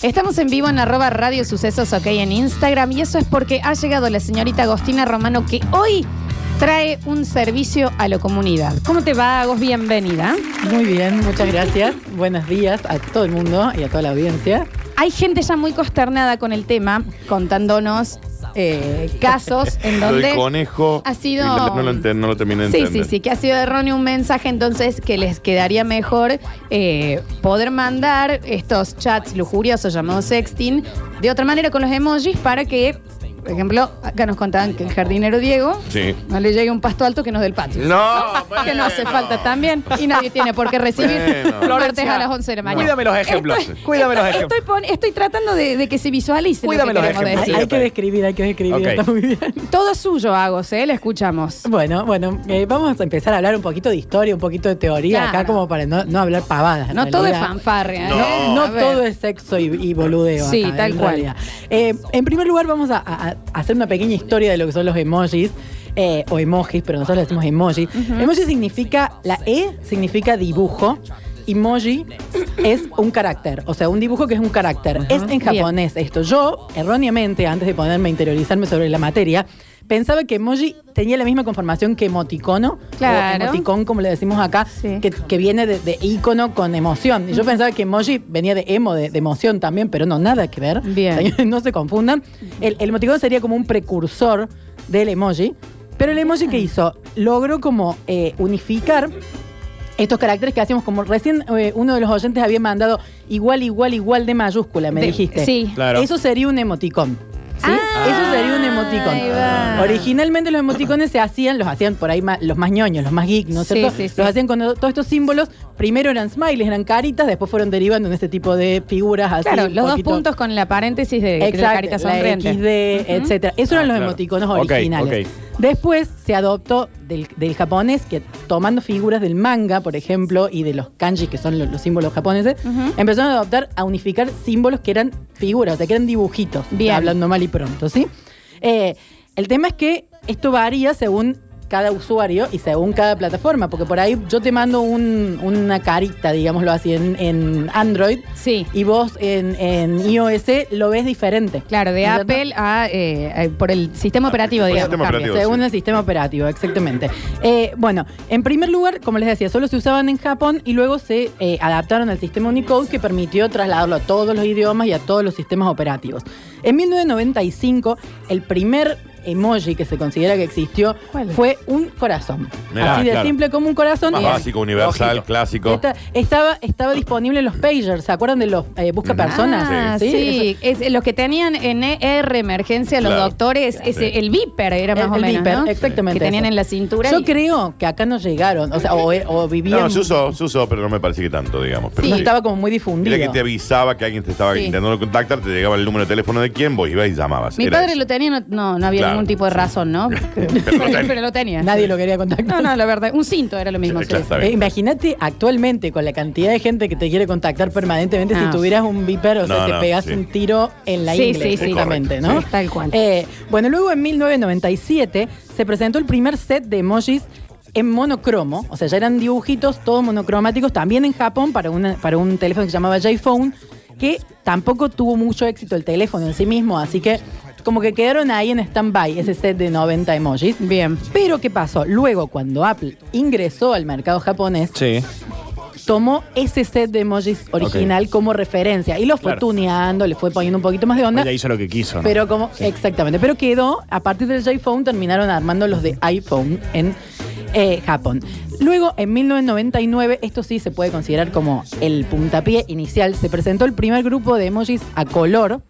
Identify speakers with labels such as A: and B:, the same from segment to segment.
A: Estamos en vivo en arroba Radio Sucesos OK en Instagram y eso es porque ha llegado la señorita Agostina Romano que hoy trae un servicio a la comunidad. ¿Cómo te va, Agos? Bienvenida.
B: Muy bien, muchas gracias. Buenos días a todo el mundo y a toda la audiencia.
A: Hay gente ya muy consternada con el tema, contándonos eh, casos en
C: Lo del
A: donde...
C: conejo.
A: ha sido-
C: y la- No lo, enten- no lo terminé de
A: Sí,
C: entender.
A: sí, sí, que ha sido erróneo un mensaje, entonces que les quedaría mejor eh, poder mandar estos chats lujuriosos llamados sexting de otra manera con los emojis para que, por ejemplo, acá nos contaban que el jardinero Diego
C: Sí.
A: no le llegue un pasto alto que nos del patio.
C: No, bueno.
A: Que no hace falta también y nadie tiene por qué recibir
C: Bueno.
A: martes a las 11 de la mañana.
D: Cuídame los ejemplos.
A: Esto es-
D: Cuídame los
A: Estoy,
D: ejemplos.
A: pon- estoy tratando de, de que se visualice.
D: Cuídame
A: lo
D: los
A: que queremos
D: ejemplos.
B: Hay,
D: Sí,
B: hay
A: decir.
B: que describir, hay que describir,
D: Ok.
B: está muy bien.
A: Todo suyo hago, ¿eh? La escuchamos.
B: Bueno, bueno, eh, vamos a empezar a hablar un poquito de historia, un poquito de teoría
A: Claro.
B: acá, como para no, no hablar pavadas. en
A: No todo es
B: realidad.
A: fanfarria.
C: No.
A: ¿eh?
B: No
A: A ver.
B: todo es sexo y, y boludeo.
A: Sí,
B: acá,
A: tal
B: en
A: cual.
B: realidad. Eh, en primer lugar, vamos a, a- a hacer una pequeña historia de lo que son los emojis. eh, o emojis, pero nosotros le decimos emojis. Emoji significa, la E significa dibujo. Emoji es un carácter, o sea, un dibujo que es un carácter. Es en japonés esto. Yo, erróneamente, antes de ponerme a interiorizarme sobre la materia, pensaba que emoji tenía la misma conformación que emoticono.
A: Claro.
B: O emoticón, como le decimos acá,
A: Sí.
B: que que viene de, de ícono con emoción. Y Yo pensaba que emoji venía de emo, de, de emoción también, pero no, nada que ver.
A: Bien.
B: Señores, no se confundan. El, el emoticón sería como un precursor del emoji. Pero el emoji que hizo logró como eh, unificar estos caracteres que hacíamos como recién eh, uno de los oyentes había mandado igual, igual, igual de mayúscula, me
A: De-
B: dijiste.
A: sí.
D: Claro.
B: Eso sería un emoticón. ¿sí?
A: Ah,
B: Eso sería un Ah.
A: ahí va.
B: emoticón. Originalmente los emoticones se hacían, los hacían por ahí ma- los más ñoños, los más geek, ¿no es
A: Sí,
B: cierto?
A: sí, sí.
B: Los hacían con todos estos símbolos. Primero eran smileys, eran caritas, después fueron derivando en este tipo de figuras así.
A: Claro,
B: un
A: los dos
B: poquito-
A: puntos con la paréntesis de, de la
B: Exacto,
A: carita
B: la
A: sonriente.
B: XD, etcétera. Esos eran
D: Ah,
B: los
D: claro.
B: emoticonos
D: Ok,
B: originales. Después se adoptó del, del japonés, que tomando figuras del manga, por ejemplo, y de los kanji, que son lo- los, símbolos japoneses,
A: Ujú.
B: empezaron a adoptar, a unificar símbolos que eran figuras, o sea, que eran dibujitos,
A: Bien.
B: hablando mal y pronto, ¿sí? Eh, el tema es que esto varía según cada usuario y según cada plataforma, porque por ahí yo te mando un- una carita, digámoslo así, en, en Android,
A: Sí.
B: y vos en, en iOS lo ves diferente.
A: Claro, de
B: ¿No es
A: Apple a, eh, eh, por el sistema operativo,
C: Por el
A: digamos.
C: sistema
A: cambia.
C: operativo.
B: Según
C: sí.
B: el sistema operativo, exactamente. Eh, bueno, en primer lugar, como les decía, solo se usaban en Japón y luego se eh, adaptaron al sistema Unicode que permitió trasladarlo a todos los idiomas y a todos los sistemas operativos. En 1995, el primer emoji que se considera que existió
A: ¿Cuál?
B: fue un corazón.
C: Mirá,
B: Así de
C: claro.
B: simple como un corazón.
C: Más
B: Y-
C: básico, universal,
D: Lógico.
C: clásico.
B: Esta- estaba, estaba disponible en los pagers, ¿se acuerdan de los eh, busca personas?
A: Ah, sí. Es, eh, los que tenían en ER, emergencia, los
C: Claro.
A: doctores, ese,
C: Sí.
A: el viper era más
B: El-
A: o
B: el
A: menos,
B: beeper,
A: ¿no?
B: exactamente
A: Que tenían
B: eso.
A: en la cintura.
B: Yo
A: y-
B: creo que acá no llegaron, o sea, o, e, o vivían.
C: No, se usó, se usó, pero no me parece que tanto, digamos. Pero
B: no estaba como muy difundido.
C: Mira que te avisaba que alguien te estaba
A: Sí.
C: intentando contactar, te llegaba el número de teléfono de quién, vos ibas y llamabas.
A: Mi
C: Era
A: padre
C: eso.
A: lo tenía, no, no, no había
C: Claro.
A: ningún tipo de razón, ¿no?
C: lo tenía.
A: Pero lo tenía.
B: Nadie lo quería contactar.
A: No, no, la verdad. Un cinto era lo mismo.
C: Sí, claro, está bien.
B: Eh, Imagínate actualmente con la cantidad de gente que te quiere contactar permanentemente,
A: Ah.
B: si tuvieras un viper, o sea,
C: No,
B: te
C: no,
B: pegas
C: sí.
B: un tiro en la
A: Sí,
B: ingle,
A: sí, sí.
B: básicamente,
C: Correcto,
B: ¿no?
C: sí.
A: Tal cual.
B: Eh, bueno, luego en 1997 se presentó el primer set de emojis en monocromo, o sea, ya eran dibujitos todos monocromáticos, también en Japón para, una- para un teléfono que se llamaba J-Phone, que tampoco tuvo mucho éxito el teléfono en sí mismo, así que como que quedaron ahí en stand-by ese set de 90 emojis.
A: Bien.
B: Pero ¿qué pasó? Luego, cuando Apple ingresó al mercado japonés,
D: Sí.
B: tomó ese set de emojis original como referencia y lo fue
D: Claro.
B: tuneando, le fue poniendo un poquito más de onda.
D: Ella hizo lo que quiso. ¿no?
B: Pero como, exactamente, pero quedó, a partir del iPhone terminaron armando los de iPhone en eh, Japón. Luego, en 1999, esto sí se puede considerar como el puntapié inicial, se presentó el primer grupo de emojis a color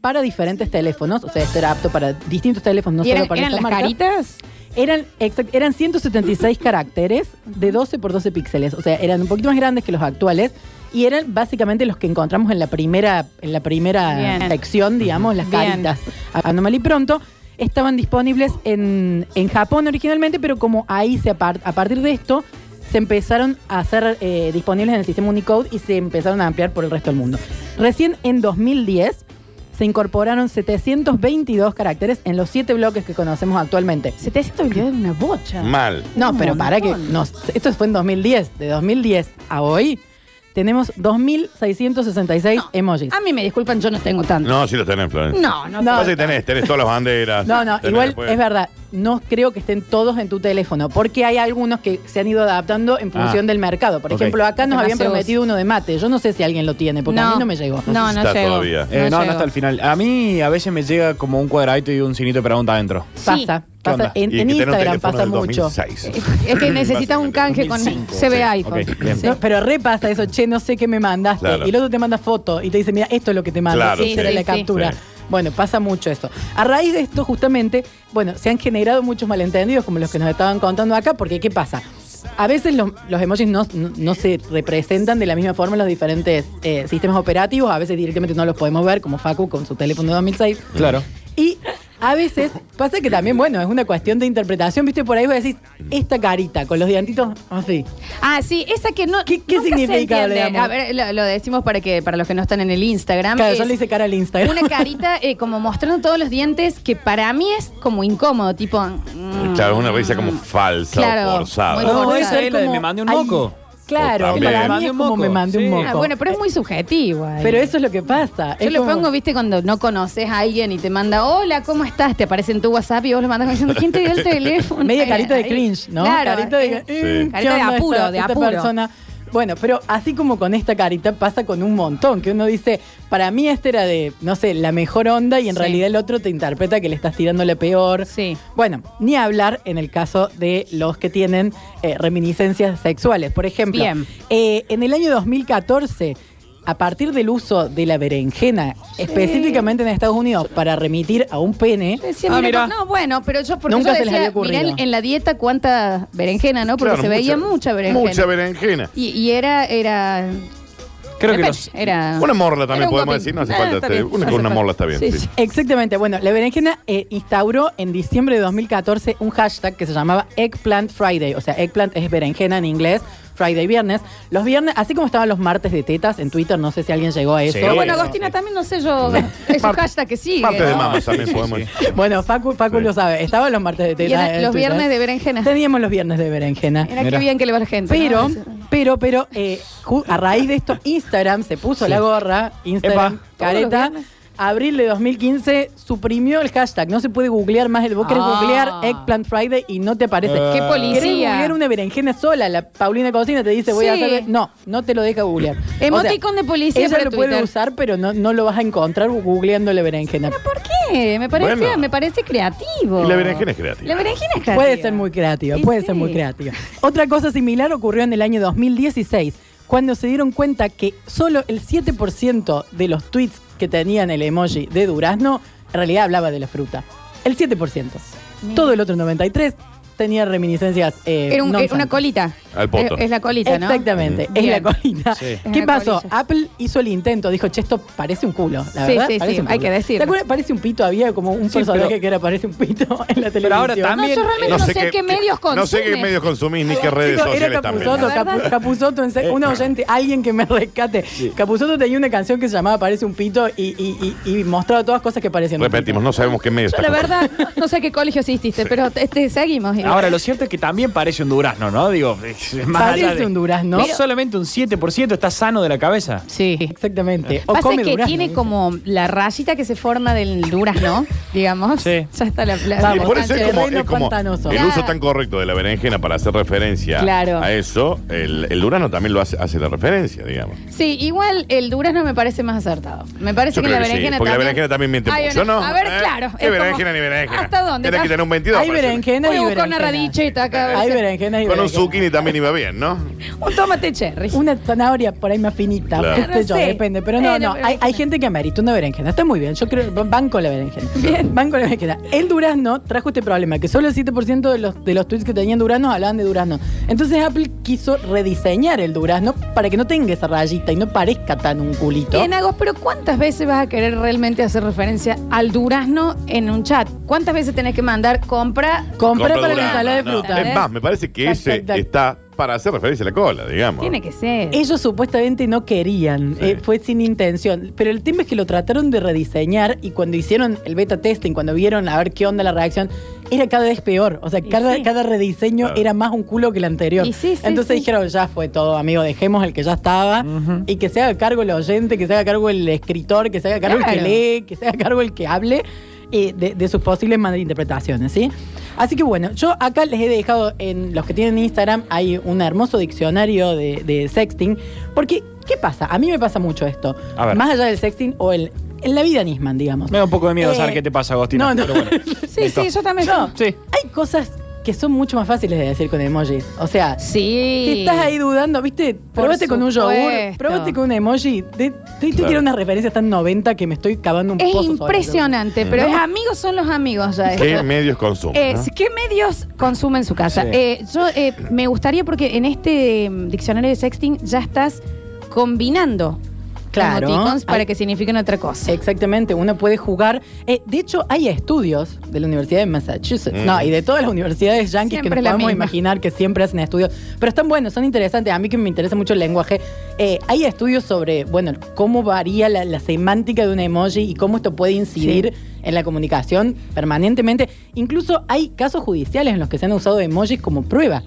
B: para diferentes teléfonos, o sea, esto era apto para distintos teléfonos, no
A: ¿Y eran,
B: solo para
A: eran
B: esta
A: las
B: marca.
A: caritas?
B: Eran, exact- eran 176 caracteres de 12 por 12 píxeles. O sea, eran un poquito más grandes que los actuales. Y eran básicamente los que encontramos en la primera, en la primera
A: Bien.
B: sección, digamos, las
A: Bien.
B: caritas. Anomaly pronto. Estaban disponibles en, en Japón originalmente, pero como ahí se apar- a partir de esto se empezaron a hacer eh, disponibles en el sistema Unicode y se empezaron a ampliar por el resto del mundo. Recién en 2010 se incorporaron 722 caracteres en los siete bloques que conocemos actualmente.
A: 722 era una bocha.
C: Mal.
B: No,
A: Un
B: pero para que.
A: montón.
B: nos- esto fue en 2010. De 2010 a hoy Tenemos 2.666 emojis.
A: A mí me disculpan, yo Ah, no tengo tanto.
C: No, sí los tenés, Florencia.
A: No, no,
B: No.
A: tengo.
C: Pasa que tenés, tenés todas las banderas.
B: No, no,
C: tenés
B: igual
C: después-
B: es verdad. No creo que estén todos en tu teléfono, porque hay algunos que se han ido adaptando en función
C: Ah.
B: del mercado. Por
C: Ok.
B: ejemplo, acá nos
A: Además,
B: habían
A: se usa.
B: prometido uno de mate. Yo no sé si alguien lo tiene, porque a mí no me llegó.
A: No, no
C: Está
A: llegó.
C: todavía.
D: Eh, no, no
A: llegó.
D: hasta el final. A mí a veces me llega como un cuadradito y un signito de pregunta adentro.
A: Sí.
B: Pasa,
D: ¿Qué
B: pasa.
D: onda?
B: En,
C: Y
B: en
C: que tenés un
B: Instagram
C: teléfono
B: pasa
C: del
B: mucho.
C: 2006.
A: Es que necesitas un canje con CB iPhone.
D: Ok, bien.
A: Sí.
B: No, pero repasa eso, che, no sé qué me mandaste.
C: Claro.
B: Y el otro te manda foto y te dice, mira, esto es lo que te mando.
C: Claro,
B: sí,
C: sí.
B: esa es la
A: Sí, sí.
B: captura.
C: Sí.
B: Bueno, pasa mucho eso. A raíz de esto, justamente, bueno, se han generado muchos malentendidos como los que nos estaban contando acá, porque ¿qué pasa? A veces los, los emojis no, no- no se representan de la misma forma en los diferentes eh, sistemas operativos, a veces directamente no los podemos ver, como Facu con su teléfono de 2006.
D: Claro.
B: Y a veces pasa que también, bueno, es una cuestión de interpretación, viste, por ahí vos decís, esta carita con los diantitos así.
A: Ah, sí, esa que no.
B: ¿Qué- qué
A: nunca se
B: significa,
A: entiende.
B: digamos?
A: A ver, lo, lo decimos para que para los que no están en el Instagram.
B: Claro,
A: es
B: yo le hice cara al Instagram.
A: Una carita eh, como mostrando todos los dientes que para mí es como incómodo, tipo. mm,
C: Claro, es una risa como falsa
A: Claro,
C: o forzada.
A: muy
D: No,
A: forzada.
D: esa es la de me mandé un
B: Ay,
D: moco.
B: Claro,
C: O también.
B: para
C: Me
B: mí
D: mandé
B: es
D: un
B: como
D: moco,
B: me mandé un
D: sí.
B: moco.
A: Ah, bueno, pero es muy subjetivo. ahí.
B: Pero eso es lo que pasa.
A: Yo
B: es
A: le
B: como-
A: pongo, viste, cuando no conoces a alguien y te manda, hola, ¿cómo estás? Te aparece en tu WhatsApp y vos lo mandas diciendo, ¿quién te dio el teléfono?
B: Media carita de
A: Ahí.
B: cringe, ¿no?
A: Claro.
B: carita de,
A: eh,
B: "Eh,
C: Sí.
B: ¿qué
A: Carita de
B: onda
A: apuro,
B: esta-
A: de
B: esta
A: apuro.
B: persona?". Bueno, pero así como con esta carita pasa con un montón, que uno dice, para mí este era de, no sé, la mejor onda y en
A: Sí.
B: realidad el otro te interpreta que le estás tirando la peor.
A: Sí.
B: Bueno, ni hablar en el caso de los que tienen eh, reminiscencias sexuales. Por ejemplo,
A: Bien.
B: eh, en el año 2014, a partir del uso de la berenjena, específicamente en Estados Unidos, para remitir a un pene,
A: Decía,
D: Ah,
A: mira,
D: mira.
A: no, bueno, pero yo porque
B: Nunca
A: yo
B: se les había
A: decía, mirá en,
B: ocurrido.
A: en la dieta cuánta berenjena, ¿no? Porque
C: Claro,
A: se veía mucha berenjena.
C: Mucha berenjena.
A: y, y era, era.
D: Creo que
A: depende,
D: los,
A: era.
C: Una morla
A: era
C: también
A: un
C: podemos
A: guapín.
C: decir, no hace
A: Ah,
C: falta.
A: está
C: este-
A: bien,
C: una
A: no
C: con
A: hace
C: una
A: falta.
C: morla está bien.
A: Sí,
C: sí.
A: sí.
B: Exactamente. Bueno, la berenjena eh, instauró en diciembre de 2014 un hashtag que se llamaba Eggplant Friday. O sea, eggplant es berenjena en inglés, Friday viernes. Los viernes, así como estaban los martes de tetas en Twitter, no sé si alguien llegó a eso.
D: Sí.
A: Pero bueno,
D: Eso,
A: Agostina también, no sé yo. Es un
C: eh, Parte-
A: hashtag que sigue.
C: Partes de
A: ¿no?
C: mamas también
D: Sí, sí,
C: podemos.
D: sí.
B: Bueno, Facu, Facu
C: Sí.
B: lo sabe. Estaban los martes de
A: Y
B: tetas.
A: era
B: en
A: los
B: Twitter.
A: viernes de berenjena.
B: Teníamos los viernes de berenjena.
A: Era que
D: Mira.
A: bien que le va la gente.
B: Pero,
A: ¿no?
B: pero, pero, eh, ju- a raíz de esto, Instagram se puso la gorra, Instagram,
D: Epa.
A: Todos
B: careta.
A: los viernes.
B: Abril de 2015 suprimió el hashtag. No se puede googlear más. el- Vos querés
A: Ah.
B: googlear Eggplant Friday y no te aparece.
D: Eh.
A: Qué
D: Ah.
B: Querés
A: policía.
B: googlear una berenjena sola. La Paulina Cocina te dice, voy a
A: Sí.
B: hacer. No, no te lo deja googlear. O sea,
A: Emoticón de policía
B: Ella
A: para
B: lo puede
A: Twitter.
B: usar, pero no, no lo vas a encontrar googleando la berenjena.
A: ¿Por qué? Eh, Me parece,
C: Bueno.
A: me parece creativo.
C: Y la berenjena es creativa.
A: La berenjena es creativa.
B: Puede ser muy creativa,
A: Y
B: puede
A: sí.
B: ser muy creativa. Otra cosa similar ocurrió en el año 2016, cuando se dieron cuenta que solo el 7% de los tweets que tenían el emoji de durazno en realidad hablaba de la fruta. El 7%.
A: Mira.
B: Todo el otro 93 tenía reminiscencias eh,
A: Era, un-
B: non
A: era una
B: santas.
A: colita.
C: Al poto.
A: Es, es la colita, ¿no?
B: Exactamente,
A: Mm.
B: es
A: Bien.
B: la colina.
D: Sí.
A: Es
B: ¿Qué
A: la
B: pasó?
A: colilla.
B: Apple hizo el intento, dijo, che, esto parece un culo, la
A: Sí,
B: verdad.
A: sí,
B: parece
A: sí,
B: un
A: hay
B: culo".
A: que decirlo.
B: ¿Te acuerdas? Parece un pito, había como un
D: Sí,
B: personaje
D: pero-
B: que era parece un pito en la televisión.
D: Pero ahora
A: No,
D: también.
A: yo realmente no, sé qué, medios consumen.
C: No sé qué medios consumís ni qué redes
B: Chicos,
C: sociales
B: era
C: también.
B: Capuzoto,
A: La verdad.
B: Capu- Capuzoto, en serio, una oyente, alguien que me rescate. Capuzoto tenía una canción que se llamaba Parece un pito y, y, y- y mostraba todas cosas que parecían. un
C: Repetimos, no sabemos qué medios
A: Yo, la verdad, no sé a qué colegio asististe, pero este, seguimos.
D: Ahora, lo cierto es que también parece un durazno, ¿no? Digo, es más
B: Parece
D: allá de-
B: un durazno.
D: No
B: Pero-
D: solamente un 7% está sano de la cabeza.
A: Sí.
B: pito. Exactamente. O
A: Pasa
B: come
A: que
B: durazno,
A: tiene
B: ¿viste?
A: como la rayita que se forma del durazno, digamos.
D: Sí.
A: Ya está la... la
C: Y
B: Vamos,
C: por eso
B: Sánchez,
C: es como,
B: reino
C: es como
B: pantanoso.
C: el
A: Claro.
C: uso tan correcto de la berenjena para hacer referencia
A: Claro.
C: a eso, el, el Durano también lo hace, hace la referencia, digamos.
A: Sí, igual el durazno me parece más acertado. Me parece
C: Yo
A: que
C: creo
A: la
C: que sí,
A: berenjena
C: porque la
A: también.
C: berenjena también miente
A: Hay
C: mucho,
A: una-
C: ¿no?
A: A ver,
C: ¿Eh?
A: claro.
C: ¿Qué
A: es
C: berenjena
A: como,
C: ni berenjena?
A: ¿Hasta dónde?
C: Tenés que tener un 22
B: Hay
C: para decirlo.
B: berenjena
A: Voy
B: y
A: a buscar
B: berenjena.
A: una radicheta acá.
B: Hay berenjena y
C: Con un
B: berenjena.
C: zucchini también iba bien, ¿no?
A: Un tomate cherry.
B: Una zanahoria por ahí más finita,
C: Claro.
B: qué sé yo,
A: No sé.
B: depende. Pero no,
A: Eh, la
B: no, hay, hay
A: berenjena.
B: gente que amerita una berenjena. Está muy bien, yo creo, van con la berenjena. Van con la berenjena. El durazno trajo este problema, que solo el 7% de los, de los tweets que tenían durazno hablaban de durazno. Entonces Apple quiso rediseñar el durazno para que no tenga esa rayita y no parezca tan un culito.
A: Bien, Agos, pero ¿cuántas veces vas a querer realmente hacer referencia al durazno en un chat? ¿Cuántas veces tenés que mandar compra?
B: Compra para la
C: Durano,
B: ensalada de
C: no.
B: fruta.
A: ¿eh?
C: Es más, me parece que
B: Tac,
C: ese
B: tac, tac.
C: está para hacer referencia a la cola, digamos.
A: Tiene que ser.
B: Ellos supuestamente no querían,
C: Sí.
B: eh, fue sin intención. Pero el tema es que lo trataron de rediseñar y cuando hicieron el beta testing, cuando vieron a ver qué onda la reacción, era cada vez peor. O sea,
A: Y
B: cada,
A: sí.
B: cada rediseño
C: Claro.
B: era más un culo que el anterior.
A: Y sí, sí,
B: Entonces
A: sí.
B: dijeron, ya fue todo, amigo, dejemos el que ya estaba y que se haga cargo el oyente, que se haga cargo el escritor, que se haga cargo el
A: Claro.
B: que lee, que se haga cargo el que hable. eh, de, de sus posibles malinterpretaciones, ¿sí? Así que bueno, yo acá les he dejado en los que tienen Instagram, hay un hermoso diccionario de, de sexting. Porque, ¿qué pasa? A mí me pasa mucho esto.
D: A ver.
B: Más allá del sexting o el, en la vida Nisman, digamos.
D: Me da un poco de miedo
B: Eh,
D: saber qué te pasa, Agostina.
B: no, no.
D: pero bueno.
A: sí,
D: Listo.
A: sí, yo también.
B: No.
D: Sí.
B: Hay cosas que son mucho más fáciles de decir con emojis. O sea,
A: Sí.
B: si estás ahí dudando, ¿viste? Probate con un yogur,
A: supuesto.
B: probate con un emoji. Te, te,
C: Claro.
B: tiene unas referencias tan 90 que me estoy cavando un
A: Es
B: pozo. Mm. sobre eso.
A: impresionante, pero
C: ¿No?
A: es amigos son los amigos ya.
C: ¿Qué
A: esto.
C: medios consumen?
A: Eh,
C: no?
A: ¿Qué medios consume en su casa?
D: Sí.
A: Eh, yo eh, me gustaría, porque en este mm, diccionario de sexting ya estás combinando
B: Claro.
A: emoticons para
B: Hay-
A: que signifiquen otra cosa.
B: Exactamente, uno puede jugar. Eh, de hecho, hay estudios de la Universidad de Massachusetts,
C: Mm.
B: no, y de todas las universidades yanquis que
A: Siempre es
B: nos
A: la
B: podemos
A: misma.
B: imaginar que siempre hacen estudios. Pero están buenos, son interesantes. A mí que me interesa mucho el lenguaje. eh, hay estudios sobre, bueno, cómo varía la, la semántica de un emoji y cómo esto puede incidir en la comunicación permanentemente. Incluso hay casos judiciales en los que se han usado emojis como prueba.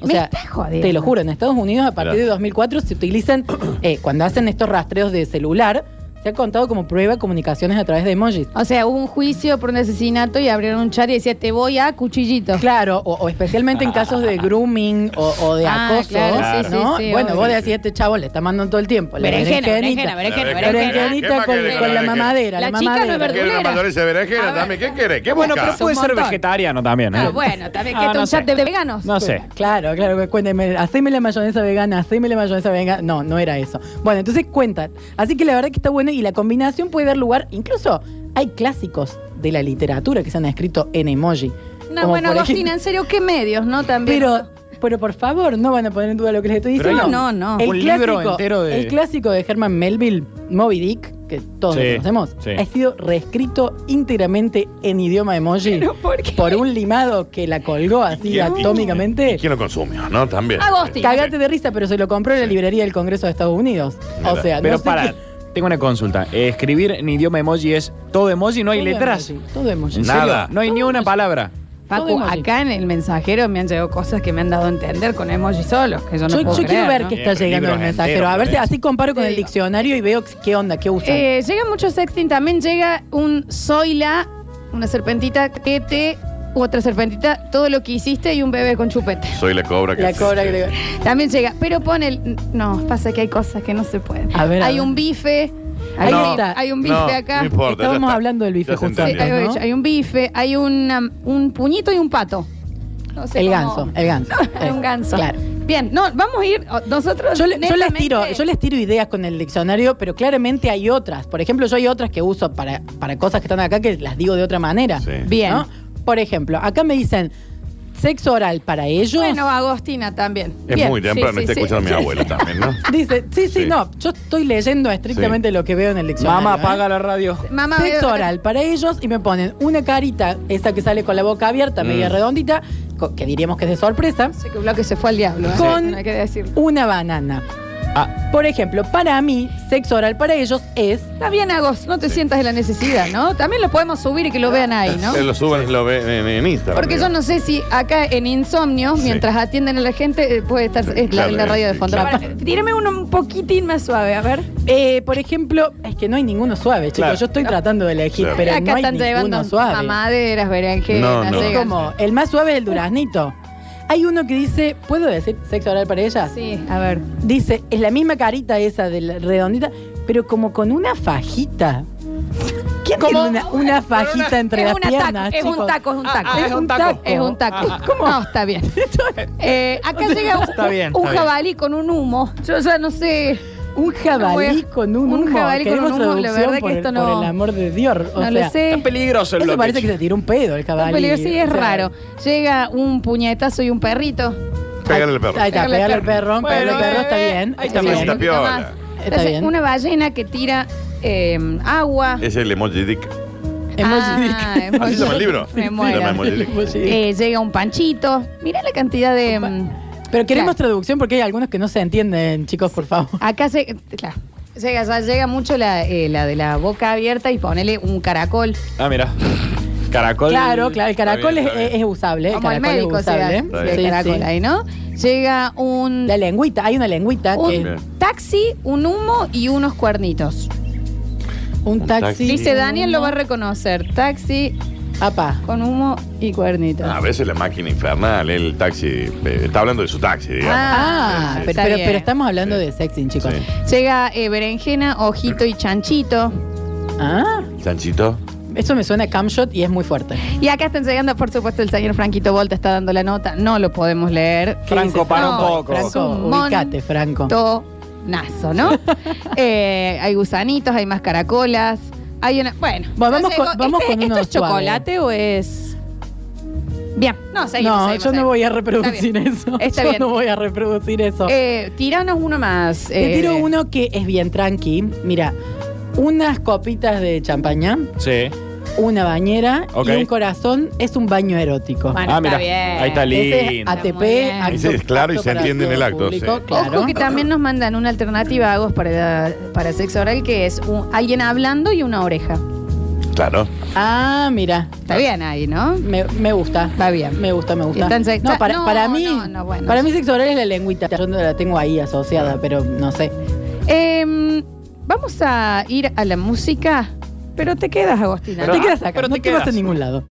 B: O
A: Me
B: sea,
A: estás jodiendo.
B: te lo juro, en Estados Unidos a partir
C: Mirá.
B: de 2004 se utilizan, eh, cuando hacen estos rastreos de celular, se ha contado como prueba comunicaciones a través de emojis.
A: O sea, hubo un juicio por un asesinato y abrieron un chat y decía, te voy a cuchillito.
B: Claro, o, o especialmente en casos de grooming o, o de
A: Ah,
B: acoso,
A: claro, sí,
B: ¿no?
A: sí, sí,
B: bueno,
A: obvio.
B: vos decís, este chavo le está mandando todo el tiempo. la
A: Berenjena, berenjena,
B: berenjenita.
A: berenjena,
C: La berenjena.
A: berenjena.
B: Berenjenita con,
C: ¿Qué más
B: con la
C: querés?
B: mamadera.
A: La chica no es
C: ¿Qué
A: verdura.
C: era
A: verdulera.
C: mandoresa de berenjena?
A: A
C: Dame,
A: ver.
C: ¿qué querés? ¿Qué
D: Bueno, pero
C: buscas?
D: puede
A: un
D: ser
A: montón.
D: vegetariano también.
A: Ah,
D: ¿eh?
A: bueno, también
D: Ah,
A: que
D: no
A: un chat
D: sé.
A: de veganos.
D: No sé.
B: Pues, Claro, claro, cuénteme, haceme la mayonesa vegana, haceme la mayonesa vegana. No, no era eso. Bueno, entonces cuentan. Así que la verdad que está bueno y la combinación puede dar lugar, incluso hay clásicos de la literatura que se han escrito en emoji.
A: No,
B: Como
A: bueno,
B: por
A: Agostina,
B: ejemplo-
A: en serio, ¿qué medios, no? También.
B: Pero, pero por favor, no van a poner en duda lo que les estoy
D: Pero
B: diciendo.
A: No,
D: hay
A: no, no.
B: El
D: Un
B: clásico,
D: libro entero de-
B: El clásico de Herman Melville, Moby Dick, que todos
D: Sí,
B: lo conocemos,
D: sí.
B: ha sido reescrito íntegramente en idioma emoji
A: ¿Pero por qué?
B: por un limado que la colgó
C: ¿Y
B: así
C: quién- y-
B: atómicamente.
C: ¿Y quién lo consumió? ¿No? También.
A: Agosti.
B: Cagate de risa, pero se lo compró en la librería del Congreso de Estados Unidos. O
C: Mira.
B: sea, no
D: Pero
B: sé
D: para,
B: qué-
D: tengo una consulta. Eh, escribir en idioma emoji es todo emoji, no hay
B: todo
D: letras.
B: emoji, todo emoji.
D: ¿En serio?
C: Nada.
D: No hay ni una palabra.
A: Facu,
B: todo emoji.
A: acá en el mensajero me han llegado cosas que me han dado a entender con emoji solos, que yo no
B: yo
A: puedo
B: yo quiero
A: creer,
B: ver
A: ¿no?
B: qué está
C: Siempre
B: llegando
C: libros
B: al mensajero.
C: enteros,
B: A ver si
C: ¿eh?
B: así comparo con
A: Te
B: el
A: digo.
B: diccionario y veo qué onda, qué usan.
A: Eh, llega mucho sexting, también llega un soila, una serpentita que te, otra serpentita, todo lo que hiciste y un bebé con chupete.
C: Soy la cobra que...
B: la cobra que le-
A: También llega, pero pon el... No, pasa que hay cosas que no se pueden.
B: A ver, a
A: hay
B: ver.
A: un bife, hay,
B: Ahí
A: un-
B: está.
A: hay un bife
C: No,
A: acá.
C: no importa. ya
B: Estábamos
C: está.
B: hablando del bife
C: Ya se
B: justo
A: Sí,
C: entendió.
A: hay,
B: ¿no?
A: hay un bife, hay una- un puñito y un pato. No sé
B: El
A: cómo-
B: ganso, el ganso.
A: Hay un ganso.
B: Claro.
A: Bien, no, vamos a ir o- nosotros.
B: Yo, le- yo les tiro,
A: netamente-
B: yo les tiro ideas con el diccionario, pero claramente hay otras. Por ejemplo, yo hay otras que uso para, para cosas que están acá que las digo de otra manera.
C: Sí.
A: Bien.
B: ¿no? Por ejemplo, acá me dicen sexo oral para ellos.
A: Bueno, Agostina también.
C: Es
A: Bien,
C: muy temprano,
A: sí, sí,
C: está
A: sí.
C: escuchando a mi abuelo también, ¿no?
B: Dice, sí, sí,
C: Sí.
B: no, yo estoy leyendo estrictamente lo que veo en el diccionario.
D: Mamá,
B: ¿eh?
D: apaga la radio.
A: Mamá,
B: Sexo
A: veo-
B: oral para ellos y me ponen una carita, esa que sale con la boca abierta, media
C: Mm.
B: redondita, co- que diríamos que es de sorpresa,
A: Sé que bloque se fue al diablo. ¿eh?
B: Con-
A: No hay que decirlo.
B: una banana.
D: Ah,
B: Por ejemplo, para mí, sexo oral para ellos es
A: Está bien, Agos, no te sientas de la necesidad, ¿no? También lo podemos subir y que lo vean ahí, ¿no?
C: Se Eh, lo suben y lo ven en, en Instagram.
A: Porque yo no sé si acá en Insomnio,
C: Sí.
A: mientras atienden a la gente, eh, puede estar es la,
C: Claro,
A: la radio de
C: sí,
A: fondo.
C: claro.
A: Ahora, Tíreme uno un poquitín más suave, a ver.
B: Eh, por ejemplo, es que no hay ninguno suave, chicos.
D: Claro.
B: Yo estoy tratando de elegir,
C: Claro.
B: pero
A: acá
B: no hay
A: están llevando
B: ninguno suave.
A: mamaderas, berenjenas.
C: No, no.
B: Es
A: llegan.
B: como, el más suave es el duraznito. Hay uno que dice, ¿puedo decir sexo oral para ella?
A: Sí, a ver.
B: Dice, es la misma carita esa de la redondita, pero como con una fajita. ¿Quién
A: Como-
B: tiene una, una fajita entre
A: es,
B: las
A: un
B: piernas,
A: ataque, es un
B: chicos?
A: taco, es un taco.
D: ah,
A: es un taco. Es un
B: Ah,
A: taco. No, está bien. Eh, acá llega un,
D: Está bien,
A: un
D: está
A: jabalí con un humo. Yo ya no sé.
B: Un jabalí
A: No, voy a-
B: con un
A: un
B: humo.
A: jabalí con un
B: Queremos
A: humo, la
B: traducción
A: verdad que
B: por el-
A: esto no-
B: Por el amor de Dios. O
A: no
B: sea,
A: lo sé.
D: Está peligroso el
B: Eso
D: loco.
B: parece que se tiró un pedo el
A: Está
B: jabalí.
A: peligroso, sí, es
B: O sea,
A: raro. Llega un puñetazo y un perrito.
C: Pegarle al perro.
B: Ahí está, pegarle al perro. Pegarle
D: Bueno,
B: al perro está
A: eh,
D: bebé.
B: bien.
D: Ahí
B: está
D: está,
C: Ese
B: bien.
C: está piola.
B: Está bien.
A: Una ballena que tira eh, agua.
C: Es el emoji dick.
B: Emoji.
A: Ah, emoji.
C: Así se llama el libro.
A: Me
C: Sí,
A: muero.
C: se llama emoji dick.
B: Emoji.
A: Eh, llega un panchito. Mirá la cantidad de. mm,
B: Pero queremos
A: Claro.
B: traducción porque hay algunos que no se entienden, chicos, por favor.
A: Acá se, claro, llega, ya llega mucho la, eh, la de la boca abierta y ponele un caracol.
D: Ah, mira. Caracol.
B: Claro, claro, el
D: Está
B: caracol
D: bien,
B: es,
D: está bien.
B: es usable. el
A: Como el
B: Eh, caracol es
A: médico, o sea,
B: usable.
A: si hay
B: Sí,
A: caracol
B: sí.
A: ahí, ¿no? Llega un,
B: La lengüita, hay una lengüita
A: un
B: que
C: Bien.
A: taxi, un humo y unos cuernitos.
B: un
C: Un
B: taxi.
C: taxi.
A: Dice Daniel, lo va a reconocer. Taxi
B: Apa.
A: con humo y cuernitos.
C: A veces la máquina infernal, el taxi. eh, está hablando de su taxi, digamos.
B: Ah,
A: sí, sí,
B: pero,
A: está
B: pero-
A: bien.
B: pero estamos hablando
C: Sí.
B: de sexing, chicos.
C: Sí.
A: Llega eh, berenjena, ojito y chanchito.
B: Ah,
C: Chanchito.
B: eso me suena a camshot y es muy fuerte.
A: Y acá están llegando, por supuesto, el señor Franquito Volta está dando la nota. No lo podemos leer.
D: Franco, para un
A: No,
D: poco.
A: Es
B: Franco,
A: un
B: ubicate, Franco.
A: montonazo, ¿no? Eh, hay gusanitos, hay más caracolas. Hay una. Bueno,
B: Bueno,
A: ya
B: vamos
A: llegó.
B: con- vamos
A: Este-
B: con
A: ¿Esto
B: uno
A: es chocolate o es.? Bien, no, seguimos.
B: no,
A: seguimos,
B: yo no
A: seguimos.
B: voy a
A: Está
B: reproducir
A: bien.
B: eso.
A: Está
B: yo
A: bien.
B: no voy a reproducir eso.
A: Eh, tiranos uno más.
B: Te
A: eh,
B: tiro uno que es bien tranqui. Mira, unas copitas de champaña,
D: Sí.
B: una bañera
D: Ok.
B: y un corazón es un baño erótico.
A: Bueno,
D: ah,
A: está
D: mira.
A: bien.
D: Ahí está
B: Ese es
D: lindo.
B: ATP,
A: Muy bien.
B: acto-
C: Ese es claro y
B: acto
C: se
B: para
C: entiende en el acto,
B: público,
C: sí.
B: claro.
A: Ojo que también nos mandan una alternativa a Agos para, para sexo oral que es un- alguien hablando y una oreja.
C: Claro.
B: Ah, mira.
A: Está bien ahí, ¿no?
B: Me, me gusta.
A: Está bien.
B: Me gusta, me gusta.
A: Entonces,
B: no, para,
A: no,
B: para mí,
A: no, no, bueno.
B: para mí sexo oral es la lengüita. Yo no la tengo ahí
C: Ah.
B: asociada, pero no sé.
A: Ah, Em, vamos a ir a la música, pero te quedas, Agostina.
D: Pero-
B: te quedas acá,
D: pero
B: no
D: te
B: te vas a
D: quedas.
B: ningún lado.